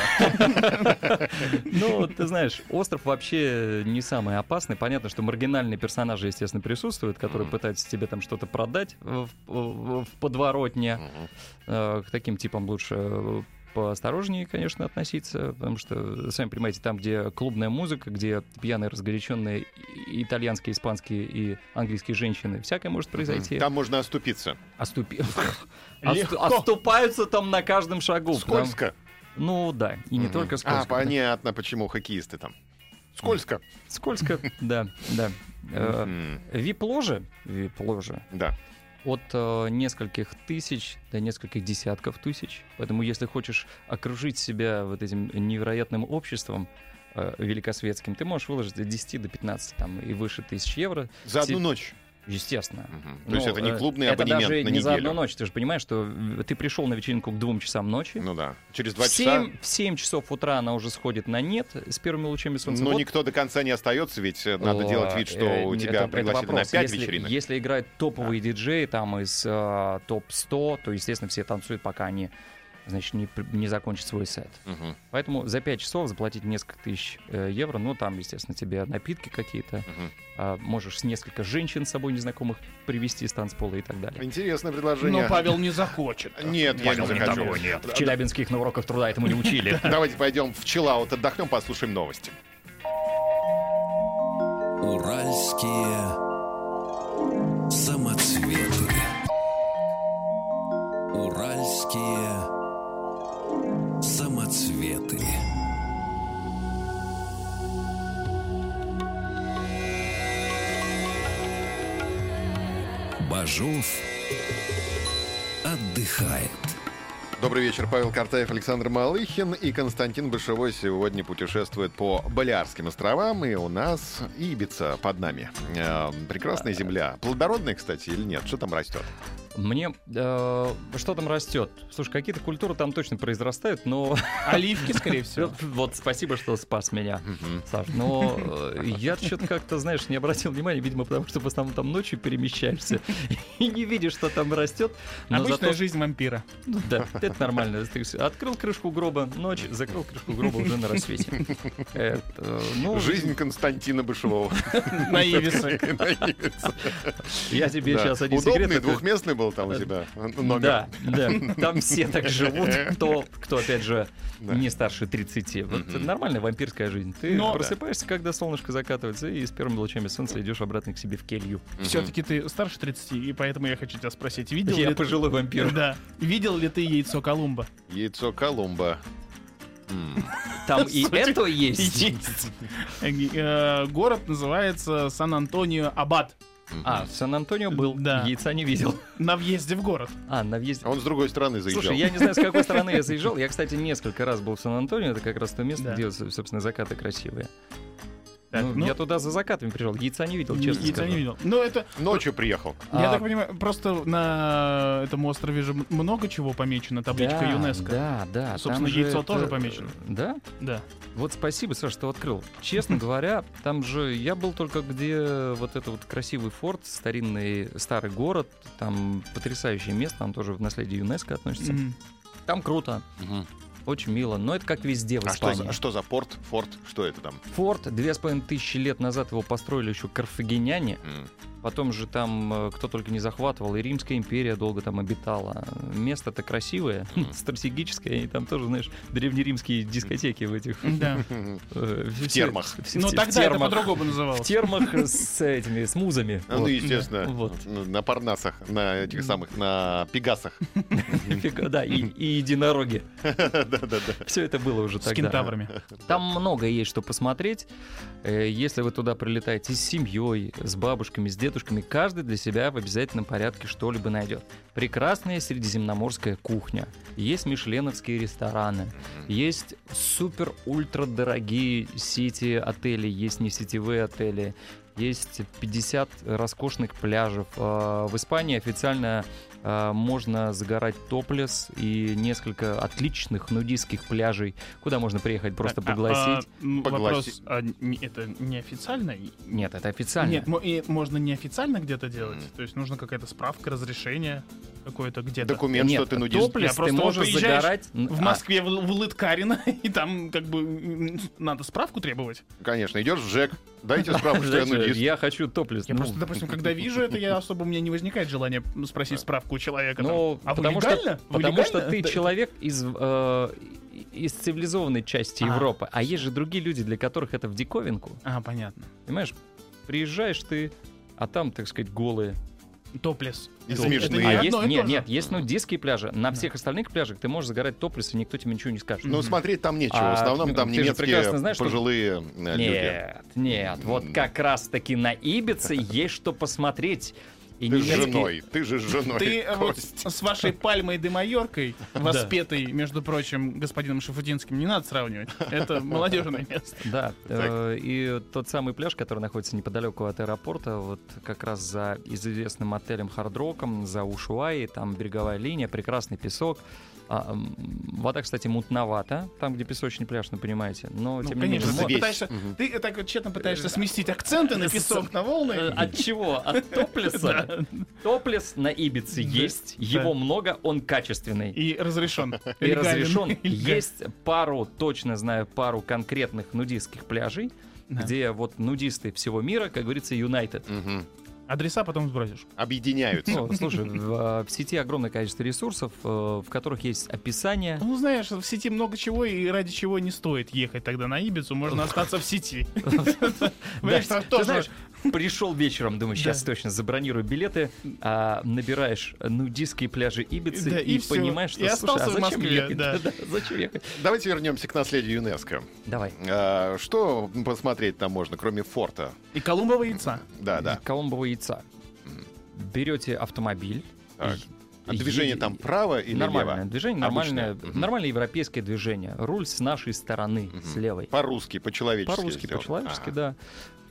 Speaker 3: Ну, ты знаешь, остров вообще не самый опасный. Понятно, что маргинальные персонажи, естественно, присутствуют, которые
Speaker 2: Мгм.
Speaker 3: пытаются тебе там что-то продать в, в- в подворотне.
Speaker 2: Мгм.
Speaker 3: Э, К таким типам лучше э, поосторожнее, конечно, относиться, потому что, сами понимаете, там, где клубная музыка, где пьяные, разгоряченные и- итальянские, испанские и английские женщины, всякое может произойти.
Speaker 2: Там можно оступиться.
Speaker 3: Оступи-
Speaker 4: Легко.
Speaker 3: Ост- Оступаются там на каждом шагу. потому-
Speaker 2: Скользко.
Speaker 3: Ну да, и не
Speaker 2: Мгм.
Speaker 3: только скользко.
Speaker 2: А, понятно, почему хоккеисты там. Скользко.
Speaker 3: Скользко, да, да. Э,
Speaker 2: Мгм.
Speaker 3: Вип-ложи, вип-ложи
Speaker 2: Да.
Speaker 3: от э, нескольких тысяч до нескольких десятков тысяч. Поэтому, если хочешь окружить себя вот этим невероятным обществом э, великосветским, ты можешь выложить от 10 до 15 там, и выше тысяч евро,
Speaker 2: За одну
Speaker 3: Тип-
Speaker 2: ночь.
Speaker 3: естественно.
Speaker 2: Мгм. То есть
Speaker 3: Ну,
Speaker 2: это не
Speaker 3: э,
Speaker 2: клубный
Speaker 3: это
Speaker 2: абонемент
Speaker 3: даже
Speaker 2: на
Speaker 3: не за
Speaker 2: неделю.
Speaker 3: одну ночь. Ты же понимаешь, что в- ты пришел на вечеринку к двум часам ночи.
Speaker 2: Ну да. Через два
Speaker 3: в,
Speaker 2: часа.
Speaker 3: 7, часов утра она уже сходит на нет с первыми лучами солнца.
Speaker 2: Но
Speaker 3: Вот
Speaker 2: Ну, никто до конца не остается, ведь э, надо
Speaker 3: О,
Speaker 2: делать вид, что
Speaker 3: э,
Speaker 2: у
Speaker 3: не,
Speaker 2: тебя
Speaker 3: это- это
Speaker 2: пригласили на
Speaker 3: вопрос.
Speaker 2: 5
Speaker 3: если,
Speaker 2: вечеринок.
Speaker 3: Если играют топовые диджеи там из э, топ-100, то, естественно, все танцуют, пока они, значит, не, пр- не закончат свой сет.
Speaker 2: Мгм,
Speaker 3: Поэтому за 5 часов заплатить несколько тысяч э, евро, ну, там, естественно, тебе напитки какие-то,
Speaker 2: мгм.
Speaker 3: а, можешь с несколько женщин с собой незнакомых привести с танцпола и так далее.
Speaker 2: Интересное предложение.
Speaker 3: Ну,
Speaker 4: Но Павел не захочет.
Speaker 2: Нет, я не
Speaker 3: Павел, не
Speaker 2: захочу.
Speaker 3: того, В Челябинских на уроках труда этому не учили.
Speaker 2: Давайте пойдем в чиллаут, отдохнем, послушаем новости.
Speaker 1: Уральские самоцветы. Уральские самоцветы. Бажов отдыхает.
Speaker 2: Добрый вечер, Павел Картаев, Александр Малыхин и Константин Бышевой сегодня путешествует по Балиарским островам, и у нас Ибица под нами. Э, прекрасная земля. Плодородная, кстати, или нет? Что там растет?
Speaker 3: Мне э, что там растет? Слушай, какие-то культуры там точно произрастают, но
Speaker 4: Оливки, скорее всего.
Speaker 3: вот спасибо, что спас меня,
Speaker 2: Мгм.
Speaker 3: Саш. Но э, я что-то как-то, знаешь, не обратил внимания, видимо, потому что в основном там ночью перемещаешься и не видишь, что там растет. Но
Speaker 4: Обычная
Speaker 3: зато
Speaker 4: жизнь вампира.
Speaker 3: ну да, это нормально. Ты Открыл крышку гроба, ночь, закрыл крышку гроба уже на рассвете. Это, э, ну,
Speaker 2: Жизнь Константина Бышевого.
Speaker 4: На Ивисы.
Speaker 3: Я тебе
Speaker 2: Да.
Speaker 3: сейчас один секрет.
Speaker 2: Удобный,
Speaker 3: открою.
Speaker 2: двухместный был там у тебя э, номер.
Speaker 3: Да, да. Там все так живут, кто, кто опять же,
Speaker 2: Да.
Speaker 3: не старше 30. Вот
Speaker 2: Мгм.
Speaker 3: нормальная вампирская жизнь. Ты
Speaker 4: Но-
Speaker 3: просыпаешься, когда солнышко закатывается, и с первыми лучами солнца идешь обратно к себе в келью.
Speaker 2: Мгм.
Speaker 4: Все-таки ты старше 30, и поэтому я хочу тебя спросить, видел
Speaker 3: Я
Speaker 4: ли
Speaker 3: пожилой вампир.
Speaker 4: Да. Видел ли ты яйцо Колумба?
Speaker 2: Яйцо Колумба. М.
Speaker 3: Там и
Speaker 4: Судя-
Speaker 3: это есть.
Speaker 4: Э, э, Город называется Сан-Антонио Абад.
Speaker 3: А, в Сан-Антонио был,
Speaker 4: Да.
Speaker 3: яйца не видел.
Speaker 4: На въезде в город.
Speaker 3: А, на въезде.
Speaker 2: А Он с другой стороны заезжал.
Speaker 3: Слушай, я не знаю, с какой стороны я заезжал. Я, кстати, несколько раз был в Сан-Антонио. Это как раз то место,
Speaker 4: Да.
Speaker 3: где, собственно, закаты красивые.
Speaker 4: Так,
Speaker 3: Ну,
Speaker 4: ну,
Speaker 3: я туда за закатами пришел. Яйца не видел, честно
Speaker 4: Яйца
Speaker 3: скажу.
Speaker 4: не видел. Ну, это,
Speaker 2: Ночью приехал.
Speaker 4: я
Speaker 3: А.
Speaker 4: так понимаю, просто на этом острове же много чего помечено, табличка
Speaker 3: Да,
Speaker 4: ЮНЕСКО.
Speaker 3: Да, да.
Speaker 4: Собственно,
Speaker 3: там же
Speaker 4: яйцо тоже помечено.
Speaker 3: Да?
Speaker 4: Да.
Speaker 3: Вот спасибо, Саша, что открыл. Честно говоря, там же я был только где вот этот вот красивый форт, старинный старый город, там потрясающее место, там тоже в наследие ЮНЕСКо относится.
Speaker 4: Мгм.
Speaker 3: Там круто,
Speaker 2: Мгм.
Speaker 3: очень мило, но это как везде в
Speaker 2: А что,
Speaker 3: Испании.
Speaker 2: за, а что за порт? Форт? Что это там?
Speaker 3: Форт две с половиной тысячи лет назад его построили еще карфагеняне,
Speaker 2: М.
Speaker 3: потом же там э, кто только не захватывал, и Римская империя долго там обитала. Место-то красивое,
Speaker 2: Мгм.
Speaker 3: стратегическое, и там тоже, знаешь, древнеримские дискотеки в этих э,
Speaker 4: Да.
Speaker 3: В
Speaker 2: термах.
Speaker 4: Ну, тогда это по-другому
Speaker 3: В
Speaker 4: называлось.
Speaker 3: термах с этими, с музами.
Speaker 2: А, Ну,
Speaker 3: Вот.
Speaker 2: естественно,
Speaker 3: Вот.
Speaker 2: н- на парнасах, на этих самых, на пегасах.
Speaker 3: Фига- Да, и, и единороги.
Speaker 2: Да-да-да.
Speaker 3: Все это было уже
Speaker 4: С
Speaker 3: ну, тогда.
Speaker 4: кентаврами.
Speaker 3: Там много есть что посмотреть. Э, Если вы туда прилетаете с семьей, с бабушками, с дедушками, каждый для себя в обязательном порядке что-либо найдет. Прекрасная средиземноморская кухня. Есть мишленовские рестораны. Есть супер-ультра дорогие сити-отели, есть не сетевые отели. Есть 50 роскошных пляжев. Э, В Испании официально э, можно загорать топлес и несколько отличных нудистских пляжей, куда можно приехать просто
Speaker 4: Так, а,
Speaker 3: пригласить.
Speaker 4: а, м,
Speaker 2: Погласить.
Speaker 4: Вопрос, а, н- это неофициально?
Speaker 3: Нет, это официально.
Speaker 4: Нет, мо- и можно неофициально где-то делать.
Speaker 2: Мгм.
Speaker 4: То есть нужно какая-то справка, разрешение какое-то где-то.
Speaker 2: Документ,
Speaker 3: Нет, а
Speaker 2: что ты нудист.
Speaker 4: Я
Speaker 3: топлес ты
Speaker 4: просто вот
Speaker 3: можешь
Speaker 4: приезжаешь
Speaker 3: загорать... н-
Speaker 4: В
Speaker 3: а,
Speaker 4: Москве в, в Лыткарино, и там как бы м, надо справку требовать.
Speaker 2: Конечно, идешь в ЖЭК, дайте справку, что я
Speaker 3: знаешь,
Speaker 2: нудист.
Speaker 3: я хочу топлес.
Speaker 4: Я
Speaker 3: ну,
Speaker 4: просто, допустим, когда вижу это, я особо у меня не возникает желания спросить справку у человека. там,
Speaker 3: А. Ну,
Speaker 4: а вы
Speaker 3: потому что-
Speaker 4: легально? Вы
Speaker 3: Потому что
Speaker 4: легально?»
Speaker 3: ты
Speaker 4: Да.
Speaker 3: человек из, э, из цивилизованной части
Speaker 4: А.
Speaker 3: Европы, а есть же другие люди, для которых это в диковинку.
Speaker 4: А, понятно.
Speaker 3: Понимаешь, приезжаешь ты, а там, так сказать, голые.
Speaker 4: Топлес.
Speaker 2: И
Speaker 4: Это-
Speaker 2: смешные.
Speaker 4: это не
Speaker 3: а
Speaker 4: одно
Speaker 3: есть,
Speaker 4: и
Speaker 3: нет,
Speaker 4: то же.
Speaker 3: нет, есть нудистские пляжи. На всех остальных пляжах ты можешь загорать топлес, и никто тебе ничего не скажет.
Speaker 2: Ну,
Speaker 4: Мгм.
Speaker 2: смотреть там нечего. В
Speaker 3: А,
Speaker 2: основном там
Speaker 3: ты же прекрасно
Speaker 2: немецкие
Speaker 3: знаешь, что-
Speaker 2: пожилые э, люди.
Speaker 3: нет, нет, вот
Speaker 2: М.
Speaker 3: как раз-таки на Ибице есть что посмотреть. И
Speaker 2: Ты с
Speaker 3: немецкие-
Speaker 2: женой, ты же с женой,
Speaker 4: Ты э, вот
Speaker 2: Кость.
Speaker 4: с вашей пальмой де Майоркой, воспетой, между прочим, господином Шафутинским, не надо сравнивать. Это молодежное место.
Speaker 3: Да, э, и тот самый пляж, который находится неподалеку от аэропорта, вот как раз за известным отелем Хардроком, за Ушуаи, там береговая линия, прекрасный песок. А, м, вода, кстати, мутновата, там, где песочный пляж, ну, понимаете. Но,
Speaker 4: Ну,
Speaker 3: тем
Speaker 4: конечно,
Speaker 3: не
Speaker 4: ты
Speaker 2: вот-
Speaker 3: менее...
Speaker 4: пытаешься-
Speaker 2: Мгм.
Speaker 4: ты так вот тщетно пытаешься сместить акценты на песок, на
Speaker 3: Э,
Speaker 4: волны.
Speaker 3: От чего? От топлеса? Топлес на Ибице
Speaker 4: Да,
Speaker 3: есть,
Speaker 4: да.
Speaker 3: его много, он качественный.
Speaker 4: И разрешен.
Speaker 3: и разрешен. Есть пару, точно знаю, пару конкретных нудистских пляжей,
Speaker 4: Да.
Speaker 3: где вот нудисты всего мира, как говорится, united.
Speaker 2: Мгм.
Speaker 4: Адреса потом сбросишь.
Speaker 2: Объединяются.
Speaker 3: Ну, слушай, в, э, в сети огромное количество ресурсов, э, в которых есть описание.
Speaker 4: Ну, знаешь, в сети много чего, и ради чего не стоит ехать тогда на Ибицу, можно остаться в сети. Понимаешь,
Speaker 3: Ну, Да,
Speaker 4: там
Speaker 3: Ты
Speaker 4: Ну, тоже-
Speaker 3: знаешь, пришел вечером, думаю, сейчас
Speaker 4: Да.
Speaker 3: точно забронирую билеты, а, набираешь нудистские пляжи Ибицы
Speaker 4: Да,
Speaker 3: и,
Speaker 4: и всё.
Speaker 3: понимаешь, что
Speaker 4: И
Speaker 3: слушай, а
Speaker 4: остался в
Speaker 3: зачем
Speaker 4: Москве,
Speaker 3: ехать?
Speaker 4: да.
Speaker 3: зачем ехать?
Speaker 2: Давайте вернемся к наследию ЮНЕСКО.
Speaker 3: Давай.
Speaker 2: А, Что посмотреть там можно, кроме форта?
Speaker 4: И Колумбово яйца.
Speaker 2: Да-да.
Speaker 3: Колумбово яйца. Берете автомобиль.
Speaker 2: Так. А
Speaker 3: и-
Speaker 2: движение
Speaker 3: и-
Speaker 2: там право или
Speaker 3: нормальное
Speaker 2: лево?
Speaker 3: движение, нормальное,
Speaker 2: Обычное. Мгм.
Speaker 3: нормальное европейское движение. Руль с нашей стороны,
Speaker 2: Мгм.
Speaker 3: с левой.
Speaker 2: По-русски, по-человечески.
Speaker 3: По-русски,
Speaker 2: сделано.
Speaker 3: по-человечески,
Speaker 2: Ага.
Speaker 3: да.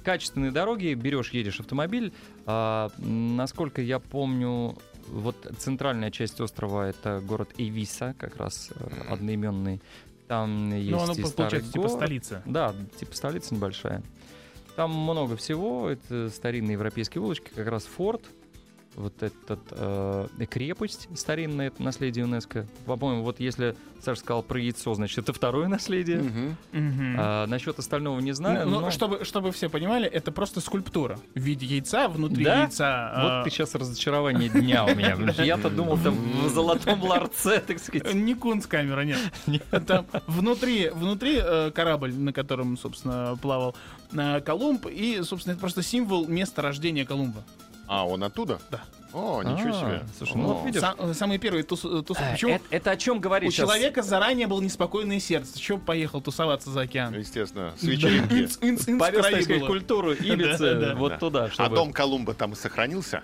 Speaker 3: Качественные дороги, берешь, едешь автомобиль. А, м, насколько я помню, вот центральная часть острова это город Эвиса, как раз э, одноименный. Там есть
Speaker 5: Ну, оно
Speaker 3: и
Speaker 5: по-
Speaker 3: старый
Speaker 5: получается типа
Speaker 3: город.
Speaker 5: столица.
Speaker 3: Да, типа столица небольшая. Там много всего. Это старинные европейские улочки, как раз форт, вот этот э, крепость старинная, это наследие ЮНЕСКО. По-моему, вот если Саша сказал про яйцо, значит, это второе наследие.
Speaker 2: Мгм.
Speaker 5: Мгм.
Speaker 3: А, насчет остального не знаю.
Speaker 4: Ну,
Speaker 3: но-
Speaker 4: чтобы, чтобы все понимали, это просто скульптура в виде яйца, внутри
Speaker 3: Да?
Speaker 4: яйца.
Speaker 3: Вот
Speaker 4: э,
Speaker 3: ты сейчас разочарование дня у меня. потому что Я-то думал, там в золотом ларце, так сказать.
Speaker 4: Не камера, нет. Там внутри, внутри э, корабль, на котором, собственно, плавал э, Колумб, и, собственно, это просто символ места рождения Колумба.
Speaker 2: А, он оттуда?
Speaker 4: Да.
Speaker 2: О, ничего
Speaker 3: А,
Speaker 2: себе.
Speaker 3: слушай, ну
Speaker 2: О.
Speaker 3: вот видишь.
Speaker 4: Са- э, самые первые тус- э, тус-
Speaker 3: Э,
Speaker 4: Почему?
Speaker 3: это- Это о чем говорит
Speaker 4: У
Speaker 3: сейчас?
Speaker 4: человека заранее было неспокойное сердце. Чего поехал тусоваться за океан?
Speaker 2: Естественно, с вечеринки.
Speaker 4: Инц, инц, инц,
Speaker 3: Повез, так
Speaker 4: крови
Speaker 3: сказать,
Speaker 4: было.
Speaker 3: культуру Ибицы
Speaker 4: да.
Speaker 3: вот туда,
Speaker 2: А
Speaker 3: чтобы...
Speaker 2: дом Колумба там сохранился?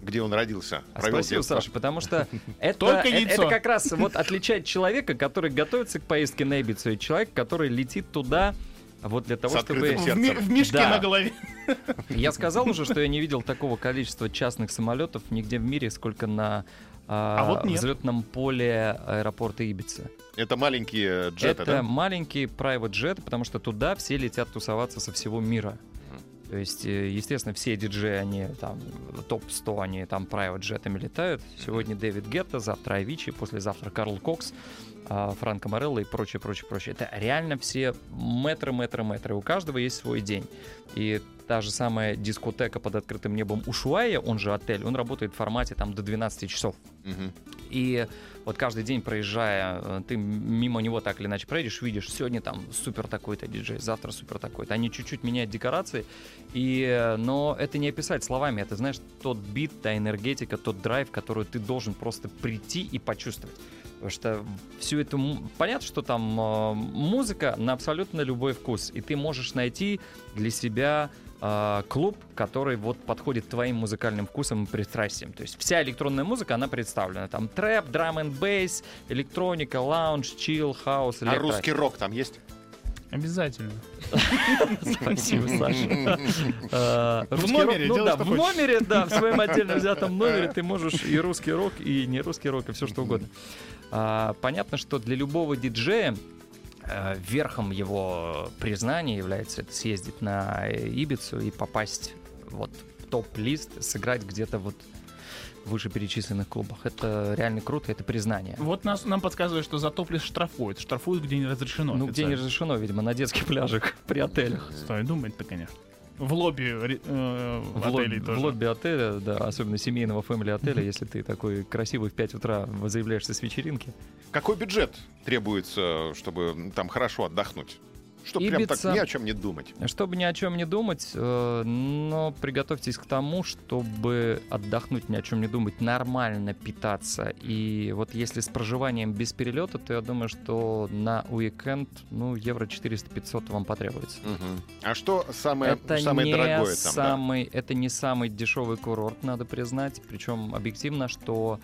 Speaker 2: Где он родился?
Speaker 3: А
Speaker 2: Провел
Speaker 3: Спросил
Speaker 2: детство?
Speaker 3: Саша, потому что это,
Speaker 4: Только
Speaker 3: э-
Speaker 4: яйцо.
Speaker 3: это как раз вот отличает человека, который готовится к поездке на Ибицу, и человек, который летит туда вот для того,
Speaker 2: С
Speaker 3: чтобы...
Speaker 2: открытым
Speaker 4: В, ми- в мешке
Speaker 3: Да.
Speaker 4: на голове.
Speaker 3: Я сказал уже, что я не видел такого количества частных самолетов нигде в мире, сколько на а,
Speaker 4: вот нет.
Speaker 3: взлетном поле аэропорта Ибица.
Speaker 2: Это маленькие джеты,
Speaker 3: это
Speaker 2: да?
Speaker 3: маленькие private джеты, потому что туда все летят тусоваться со всего мира. То есть, э, естественно, все диджеи, они там топ-100, они там private джетами летают. Сегодня Дэвид Гетта, завтра Авичи, послезавтра Карл Кокс, а, Франко Морелло и прочее, прочее, прочее. Это реально все метры, метры, метры. У каждого есть свой день. И та же самая дискотека под открытым небом Ушуая, он же отель, он работает в формате там до 12 часов.
Speaker 2: Мгм. А
Speaker 3: И вот каждый день проезжая, э, ты мимо него так или иначе проедешь, видишь, сегодня там супер такой-то диджей, завтра супер такой-то. Они чуть-чуть меняют декорации, и, э, но это не описать словами. Это, знаешь, тот бит, та энергетика, тот драйв, который ты должен просто прийти и почувствовать. Потому что всю эту... м- Понятно, что там э, музыка на абсолютно любой вкус, и ты можешь найти для себя э, клуб, который вот подходит твоим музыкальным вкусам и пристрастиям. То есть вся электронная музыка, она представлена. Там трэп, драм н бейс, электроника, лаунж, чил, хаус,
Speaker 2: А
Speaker 3: электро.
Speaker 2: русский рок там есть?
Speaker 4: Обязательно.
Speaker 3: Спасибо, Саша. Э,
Speaker 4: В
Speaker 3: русский
Speaker 4: номере
Speaker 3: рок, ну
Speaker 4: делай,
Speaker 3: да,
Speaker 4: что
Speaker 3: в
Speaker 4: хочешь.
Speaker 3: номере, да, в своем отдельно взятом номере ты можешь и русский рок, и не русский рок, и все что угодно. А, Понятно, что для любого диджея э, верхом его признания является это съездить на Ибицу и попасть вот в топ-лист, сыграть где-то вот в вышеперечисленных клубах. Это реально круто, это признание.
Speaker 4: Вот нас, нам подсказывают, что за топлис штрафуют. Штрафуют, где не разрешено.
Speaker 3: Ну, где не
Speaker 4: официально.
Speaker 3: разрешено, видимо, на детских пляжах при отелях.
Speaker 4: Стоит думать-то, конечно. В лобби ре- э,
Speaker 3: В,
Speaker 4: отелей
Speaker 3: лоб- в
Speaker 4: тоже.
Speaker 3: лобби отеля, да, особенно семейного фэмили отеля, если ты такой красивый в 5 утра заявляешься с вечеринки.
Speaker 2: Какой бюджет требуется, чтобы там хорошо отдохнуть? Чтобы прям так
Speaker 3: Ибица.
Speaker 2: ни о чем не думать.
Speaker 3: Чтобы ни о чем не думать, э, но приготовьтесь к тому, чтобы отдохнуть, ни о чем не думать, нормально питаться. И вот если с проживанием без перелета, то я думаю, что на уикенд, ну, евро 400-500 вам потребуется.
Speaker 2: Мгм. А что самое,
Speaker 3: это
Speaker 2: самое
Speaker 3: не
Speaker 2: дорогое там? да?
Speaker 3: самый, это не самый дешевый курорт, надо признать. Причем объективно, что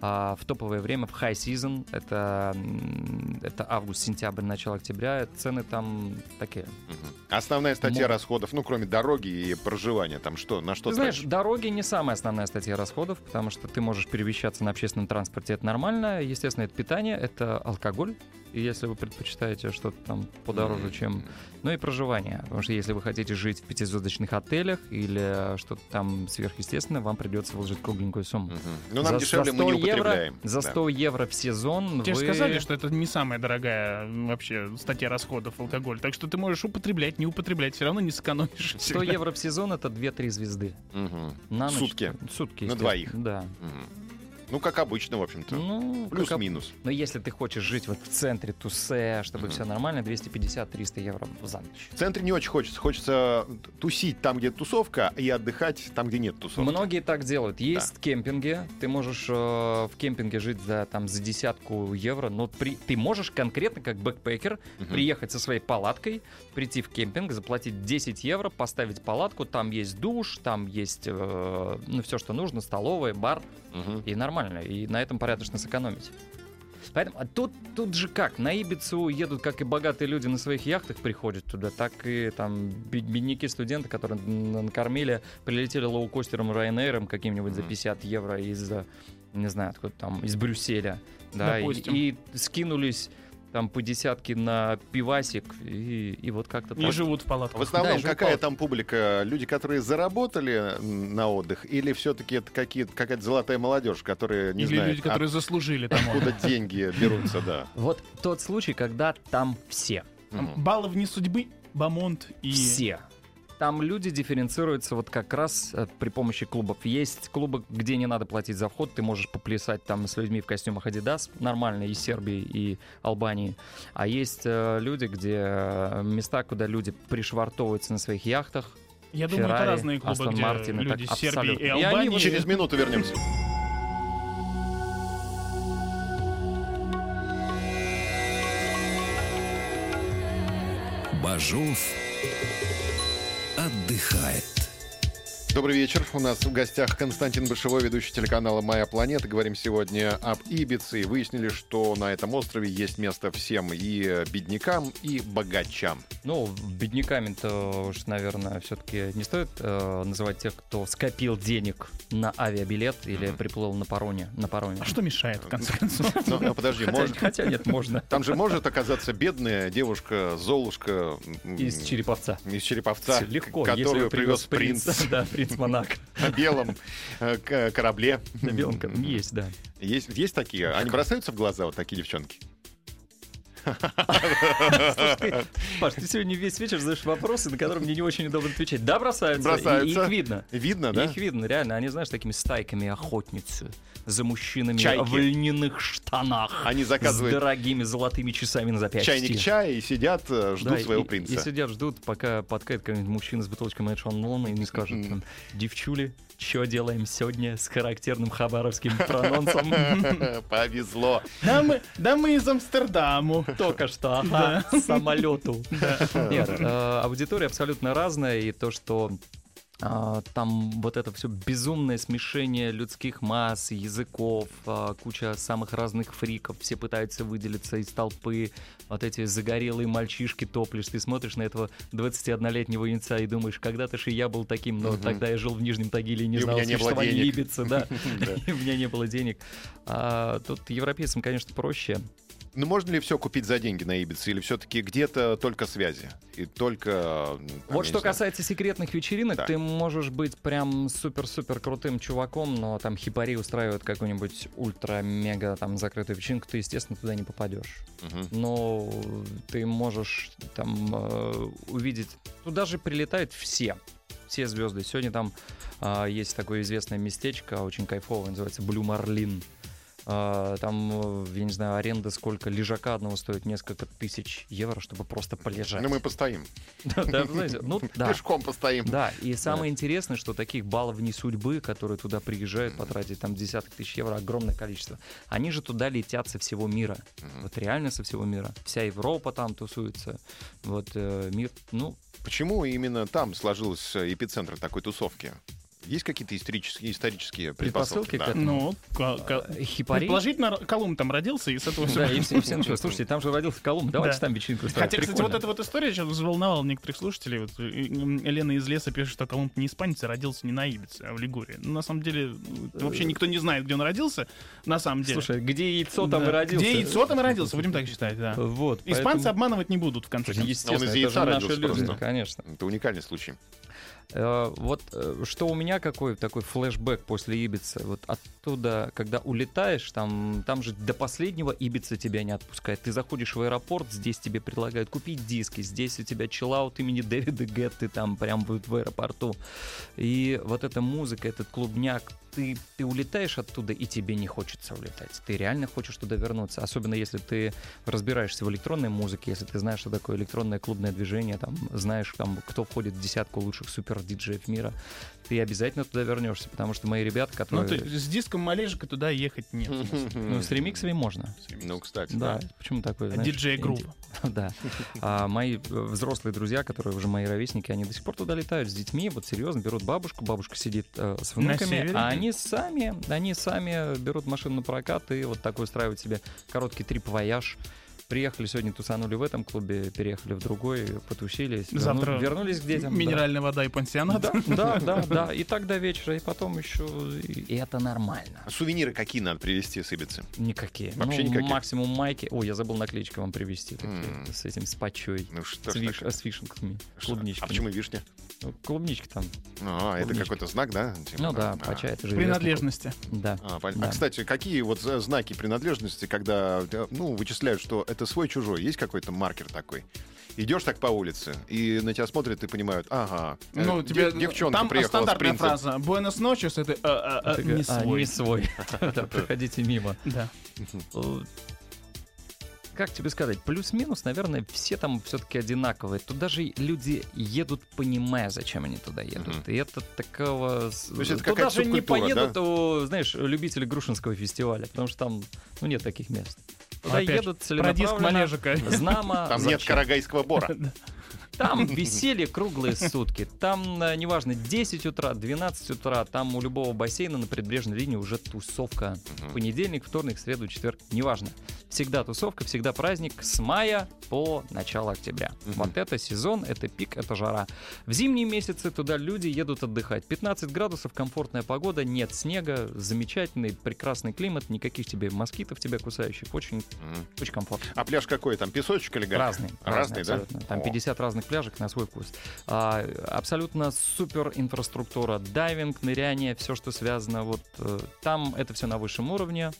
Speaker 3: а, в топовое время, в high season, это, м, это август, сентябрь, начало октября, цены там такие.
Speaker 2: Мгм. Основная статья
Speaker 3: Мгм.
Speaker 2: расходов, ну, кроме дороги и проживания, там что, на что
Speaker 3: Ты знаешь,
Speaker 2: тратишь?
Speaker 3: дороги не самая основная статья расходов, потому что ты можешь перемещаться на общественном транспорте, это нормально. Естественно, это питание, это алкоголь. И если вы предпочитаете что-то там подороже, чем... Ну и проживание. Потому что если вы хотите жить в пятизвездочных отелях или что-то там сверхъестественное, вам придется вложить кругленькую сумму.
Speaker 2: Мгм. Ну, нам
Speaker 3: За-
Speaker 2: дешевле
Speaker 3: за
Speaker 2: мы не
Speaker 3: 100 евро-
Speaker 2: употребляем.
Speaker 3: За
Speaker 2: Да.
Speaker 3: 100 евро в сезон
Speaker 4: Тебе
Speaker 3: вы...
Speaker 4: же сказали, что это не самая дорогая м, вообще статья расходов алкоголь. Так что ты можешь употреблять, не употреблять, все равно не сэкономишь.
Speaker 3: 100
Speaker 4: всегда.
Speaker 3: евро в сезон — это 2-3 звезды.
Speaker 2: Мгм.
Speaker 3: На ночь.
Speaker 2: Сутки.
Speaker 3: Сутки.
Speaker 2: На
Speaker 3: естественно.
Speaker 2: двоих.
Speaker 3: Да.
Speaker 2: Мгм. Ну, как обычно, в общем-то.
Speaker 3: Ну, как об-
Speaker 2: Плюс-минус.
Speaker 3: Но если ты хочешь жить вот в центре Тусе, чтобы
Speaker 2: Мгм.
Speaker 3: все нормально, 250-300 евро за ночь.
Speaker 2: В центре не очень хочется. Хочется э, тусить там, где тусовка, и отдыхать там, где нет тусовки.
Speaker 3: Многие так делают. Есть кемпинги, ты можешь э, в кемпинге жить за, там, за десятку евро, но при, ты можешь конкретно, как бэкпекер,
Speaker 2: Мгм.
Speaker 3: приехать со своей палаткой, прийти в кемпинг, заплатить 10 евро, поставить палатку, там есть душ, там есть э, ну, все, что нужно, столовая, бар,
Speaker 2: Мгм.
Speaker 3: и нормально. И на этом порядочно сэкономить. Поэтому а тут, тут же как? На Ибицу едут как и богатые люди на своих яхтах приходят туда, так и там бе- бедняки, студенты, которые н- накормили, прилетели лоукостером Ryanair каким-нибудь за
Speaker 2: Мгм.
Speaker 3: 50 евро из, э, не знаю, откуда там, из Брюсселя. Да, и,
Speaker 4: Допустим.
Speaker 3: и скинулись там по десятке на пивасик, и, и вот как-то
Speaker 5: И
Speaker 3: так.
Speaker 5: живут в палатках.
Speaker 2: В основном
Speaker 3: и живут
Speaker 2: какая
Speaker 3: палатки.
Speaker 2: там публика? Люди, которые заработали на отдых, или все-таки это какие какая-то золотая молодежь, которая не а
Speaker 4: Или
Speaker 2: знает,
Speaker 4: люди, которые заслужили там.
Speaker 2: откуда деньги берутся, да.
Speaker 3: Вот тот случай, когда там все.
Speaker 4: Там
Speaker 2: Мгм.
Speaker 4: Баллы вне судьбы, Бамонт и...
Speaker 3: Все. Там люди дифференцируются вот как раз э, при помощи клубов. Есть клубы, где не надо платить за вход, ты можешь поплясать там с людьми в костюмах Adidas, нормально, и Сербии, и Албании. А есть э, люди, где э, места, куда люди пришвартовываются на своих яхтах.
Speaker 5: Я думаю, это
Speaker 3: Феррари,
Speaker 5: разные клубы,
Speaker 3: Астон
Speaker 5: где
Speaker 3: Мартин,
Speaker 5: люди
Speaker 3: так
Speaker 5: из Сербии
Speaker 3: абсолютно.
Speaker 5: и
Speaker 3: И
Speaker 2: И
Speaker 5: Албании.
Speaker 2: они вот через минуту вернемся.
Speaker 1: Бажов отдыхает.
Speaker 2: Добрый вечер. У нас в гостях Константин Бышевой, ведущий телеканала «Моя планета». Говорим сегодня об Ибице. И выяснили, что на этом острове есть место всем и э, беднякам, и богачам.
Speaker 3: Ну, бедняками-то уж, наверное, все-таки не стоит э, называть тех, кто скопил денег на авиабилет или приплыл на пароме. На пароме.
Speaker 4: А что мешает, в конце концов?
Speaker 2: Но, но Ну, а подожди,
Speaker 3: Хотя-
Speaker 2: может,
Speaker 3: хотя нет, можно.
Speaker 2: там же может оказаться бедная девушка, золушка м,
Speaker 3: Из череповца.
Speaker 2: из Череповца,
Speaker 3: Легко,
Speaker 2: к-
Speaker 3: если
Speaker 2: которую
Speaker 3: его
Speaker 2: привез принц
Speaker 3: Да, принц Монако
Speaker 2: на белом э, к- корабле.
Speaker 3: на белом кон- Есть, да.
Speaker 2: Есть, есть такие? Они бросаются в глаза, вот такие девчонки?
Speaker 3: Слушай, ты- Паш, ты сегодня весь вечер задаешь вопросы, на которые мне не очень удобно отвечать. Да, бросаются. и-
Speaker 2: Бросаются.
Speaker 3: и Их видно.
Speaker 2: Видно, да?
Speaker 3: Их видно, реально. Они, знаешь, такими стайками охотницы за мужчинами
Speaker 2: Чайки.
Speaker 3: в льняных штанах.
Speaker 2: Они
Speaker 3: С
Speaker 2: заказывают
Speaker 3: дорогими золотыми часами на запястье.
Speaker 2: чайник чая и сидят, э, ждут
Speaker 3: Да,
Speaker 2: своего
Speaker 3: и-
Speaker 2: принца.
Speaker 3: И сидят, ждут, пока подкает какой-нибудь мужчина с бутылочкой Мэйджон и не скажет
Speaker 2: Мгм.
Speaker 3: там, девчули, что делаем сегодня с характерным хабаровским прононсом?
Speaker 2: Повезло.
Speaker 4: Да мы, да мы из Амстердаму.
Speaker 3: Только что, ага, с самолету. Нет, э, аудитория абсолютно разная, и то, что а, там вот это все безумное смешение людских масс, языков, а, куча самых разных фриков, все пытаются выделиться из толпы, вот эти загорелые мальчишки топлишь, ты смотришь на этого 21-летнего инца и думаешь, когда-то же и я был таким, но
Speaker 2: Мгм.
Speaker 3: тогда я жил в Нижнем Тагиле и не
Speaker 2: И у
Speaker 3: знал
Speaker 2: меня не было
Speaker 3: существования
Speaker 2: денег.
Speaker 3: Ибицы, да,
Speaker 2: Да.
Speaker 3: и у меня не было денег. А, Тут европейцам, конечно, проще,
Speaker 2: Ну, можно ли все купить за деньги на Ибице? Или все-таки где-то только связи? И только... м, там, я
Speaker 3: Вот
Speaker 2: не
Speaker 3: что
Speaker 2: знаю.
Speaker 3: касается секретных вечеринок,
Speaker 2: Так.
Speaker 3: ты можешь быть прям супер-супер крутым чуваком, но там хипари устраивают какую-нибудь ультра-мега там закрытую вечеринку, ты, естественно, туда не попадешь.
Speaker 2: Мгм.
Speaker 3: Но ты можешь там э, увидеть... Туда же прилетают все. Все звезды. Сегодня там а, есть такое известное местечко, очень кайфовое, называется Блю Марлин. А, Там, э, я не знаю, аренда сколько лежака одного стоит несколько тысяч евро, чтобы просто полежать.
Speaker 2: Ну, мы постоим.
Speaker 3: Да, знаете, ну, да.
Speaker 2: Пешком постоим.
Speaker 3: Да, и самое интересное, что таких баллов вне судьбы, которые туда приезжают потратить там десяток тысяч евро, огромное количество. Они же туда летят со всего мира. Вот реально со всего мира. Вся Европа там тусуется. Вот э, мир, ну,
Speaker 2: Почему именно там сложился эпицентр такой тусовки? Есть какие-то исторические, исторические
Speaker 3: Предпосылки
Speaker 2: предпосылки?
Speaker 3: к
Speaker 2: да?
Speaker 3: этому?
Speaker 4: Ну, ка- ка-
Speaker 3: э, хипари.
Speaker 4: предположительно, Колумб там родился, и с этого
Speaker 3: Да,
Speaker 4: все.
Speaker 3: и все, и все началось. Слушайте, там же родился Колумб, давайте
Speaker 4: Да.
Speaker 3: там вечеринку устроим.
Speaker 4: Хотя, кстати,
Speaker 3: Прикольно.
Speaker 4: вот эта вот история сейчас взволновала некоторых слушателей. Вот, э, э, Лена из леса пишет, что Колумб не испанец, а родился не на Ибице, а в Лигурии. Ну, на самом деле, ну, вообще никто не знает, где он родился, на самом деле.
Speaker 3: Слушай, где яйцо, там
Speaker 4: Да.
Speaker 3: и родился.
Speaker 4: Где яйцо, там и родился, будем так считать, да.
Speaker 3: Вот.
Speaker 4: Испанцы
Speaker 3: поэтому-
Speaker 4: обманывать не будут, в конце концов.
Speaker 3: Естественно,
Speaker 2: Он из
Speaker 3: это
Speaker 2: яйца
Speaker 3: же наши
Speaker 2: родился
Speaker 3: люди,
Speaker 2: просто.
Speaker 3: конечно.
Speaker 2: Это уникальный случай.
Speaker 3: Э, Вот э, что у меня какой такой флешбэк после Ибица. Вот оттуда, когда улетаешь, там, там же до последнего Ибица тебя не отпускает. Ты заходишь в аэропорт, здесь тебе предлагают купить диски, здесь у тебя чиллаут имени Дэвида Гетты там прям вот в аэропорту. И вот эта музыка, этот клубняк, ты, ты улетаешь оттуда, и тебе не хочется улетать. Ты реально хочешь туда вернуться. Особенно если ты разбираешься в электронной музыке, если ты знаешь, что такое электронное клубное движение, там, знаешь, там, кто входит в десятку лучших супер-диджеев мира, ты обязательно туда вернешься, потому что мои ребята,
Speaker 4: Ну,
Speaker 3: которые...
Speaker 4: то есть с диском Малежика туда ехать нет. смысла.
Speaker 3: Ну, с ремиксами можно.
Speaker 2: Ну, кстати.
Speaker 3: Да, почему
Speaker 4: А
Speaker 3: такое? знаешь,
Speaker 4: Диджей-группа.
Speaker 3: Да. А мои э, взрослые друзья, которые уже мои ровесники, они до сих пор туда летают с детьми, вот серьезно, берут бабушку, бабушка сидит э, с
Speaker 4: На
Speaker 3: внуками,
Speaker 4: севере?
Speaker 3: а они они сами, они сами берут машину на прокат и вот такой устраивают себе короткий трип-вояж. Приехали сегодня, тусанули в этом клубе, переехали в другой, потусились, верну-
Speaker 4: Завтра
Speaker 3: вернулись к детям. да.
Speaker 4: Минеральная вода и пансионат.
Speaker 3: Да, да, да, да. И так до вечера, и потом еще. И это нормально.
Speaker 2: Сувениры какие надо привезти с Ибицы?
Speaker 3: Никакие.
Speaker 2: Вообще
Speaker 3: Ну,
Speaker 2: никакие.
Speaker 3: Максимум майки. Ой, я забыл наклеечки вам привезти. такие,
Speaker 2: М.
Speaker 3: с этим, с пачой.
Speaker 2: Ну что
Speaker 3: с,
Speaker 2: ж
Speaker 3: виш-
Speaker 2: такое?
Speaker 3: с вишенками,
Speaker 2: Что?
Speaker 3: клубничками.
Speaker 2: А почему вишня?
Speaker 3: Ну, Клубнички там.
Speaker 2: А, это
Speaker 3: Клубнички.
Speaker 2: какой-то знак, да? Типа,
Speaker 3: Ну да,
Speaker 2: а.
Speaker 3: пача это же
Speaker 4: Принадлежности.
Speaker 3: Да.
Speaker 2: А, понятно. А,
Speaker 3: Да.
Speaker 2: кстати, какие вот за- знаки принадлежности, когда э, ну, вычисляют, что это свой чужой, есть какой-то маркер такой? Идешь так по улице, и на тебя смотрят и понимают, ага, э,
Speaker 4: Ну,
Speaker 2: де-
Speaker 4: тебе
Speaker 2: девчонка
Speaker 4: там
Speaker 2: приехала с
Speaker 4: стандартная
Speaker 2: принцем.
Speaker 4: фраза. Buenos noches, это э, э, э,
Speaker 3: Ты
Speaker 4: не
Speaker 3: говоришь, «А,
Speaker 4: свой.
Speaker 3: не свой. Да, Проходите мимо.
Speaker 4: Да.
Speaker 3: Э, Как тебе сказать, плюс-минус, наверное, все там все-таки одинаковые. Тут даже и люди едут, понимая, зачем они туда едут.
Speaker 2: Мгм.
Speaker 3: И это такого... с-
Speaker 2: есть это
Speaker 3: Туда
Speaker 2: какая-то
Speaker 3: же не
Speaker 2: субкультура,
Speaker 3: поедут, о, знаешь, любители Грушинского фестиваля, потому что там, ну, нет таких мест.
Speaker 2: Ну,
Speaker 3: Туда
Speaker 4: Опять
Speaker 3: едут
Speaker 4: Про диск
Speaker 3: целенаправленно,
Speaker 4: Малежика.
Speaker 3: знамо,
Speaker 2: Там нет
Speaker 3: зачем.
Speaker 2: карагайского бора.
Speaker 3: Там веселье круглые сутки. Там, э, неважно, 10 утра, 12 утра, там у любого бассейна на прибрежной линии уже тусовка.
Speaker 2: Мгм.
Speaker 3: Понедельник, вторник, среду, четверг, неважно. Всегда тусовка, всегда праздник с мая по начало октября.
Speaker 2: Мгм.
Speaker 3: Вот это сезон, это пик, это жара. В зимние месяцы туда люди едут отдыхать. 15 градусов, комфортная погода, нет снега, замечательный, прекрасный климат, никаких тебе москитов тебя кусающих, очень,
Speaker 2: Мгм.
Speaker 3: очень комфортно.
Speaker 2: А пляж какой? Там песочек или галька?
Speaker 3: Разные.
Speaker 2: Разный, да?
Speaker 3: абсолютно. Там
Speaker 2: О.
Speaker 3: 50 разных пляжек на свой вкус. А, абсолютно супер инфраструктура. Дайвинг, ныряние, все, что связано. Вот э, там это все на высшем уровне.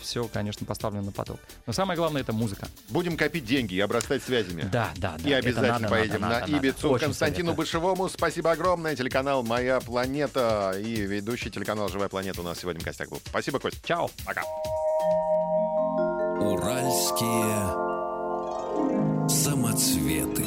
Speaker 3: Все, конечно, поставлено на поток. Но самое главное это музыка.
Speaker 2: Будем копить деньги и обрастать связями.
Speaker 3: Да, да, да.
Speaker 2: И
Speaker 3: это
Speaker 2: обязательно
Speaker 3: надо, надо,
Speaker 2: поедем
Speaker 3: надо,
Speaker 2: на
Speaker 3: надо.
Speaker 2: Ибицу.
Speaker 3: Очень
Speaker 2: Константину
Speaker 3: советую.
Speaker 2: Бышевому спасибо огромное. Телеканал «Моя планета» и ведущий телеканал «Живая планета» у нас сегодня в гостях был. Спасибо, Кость.
Speaker 3: Чао.
Speaker 2: Пока.
Speaker 1: Уральские самоцветы.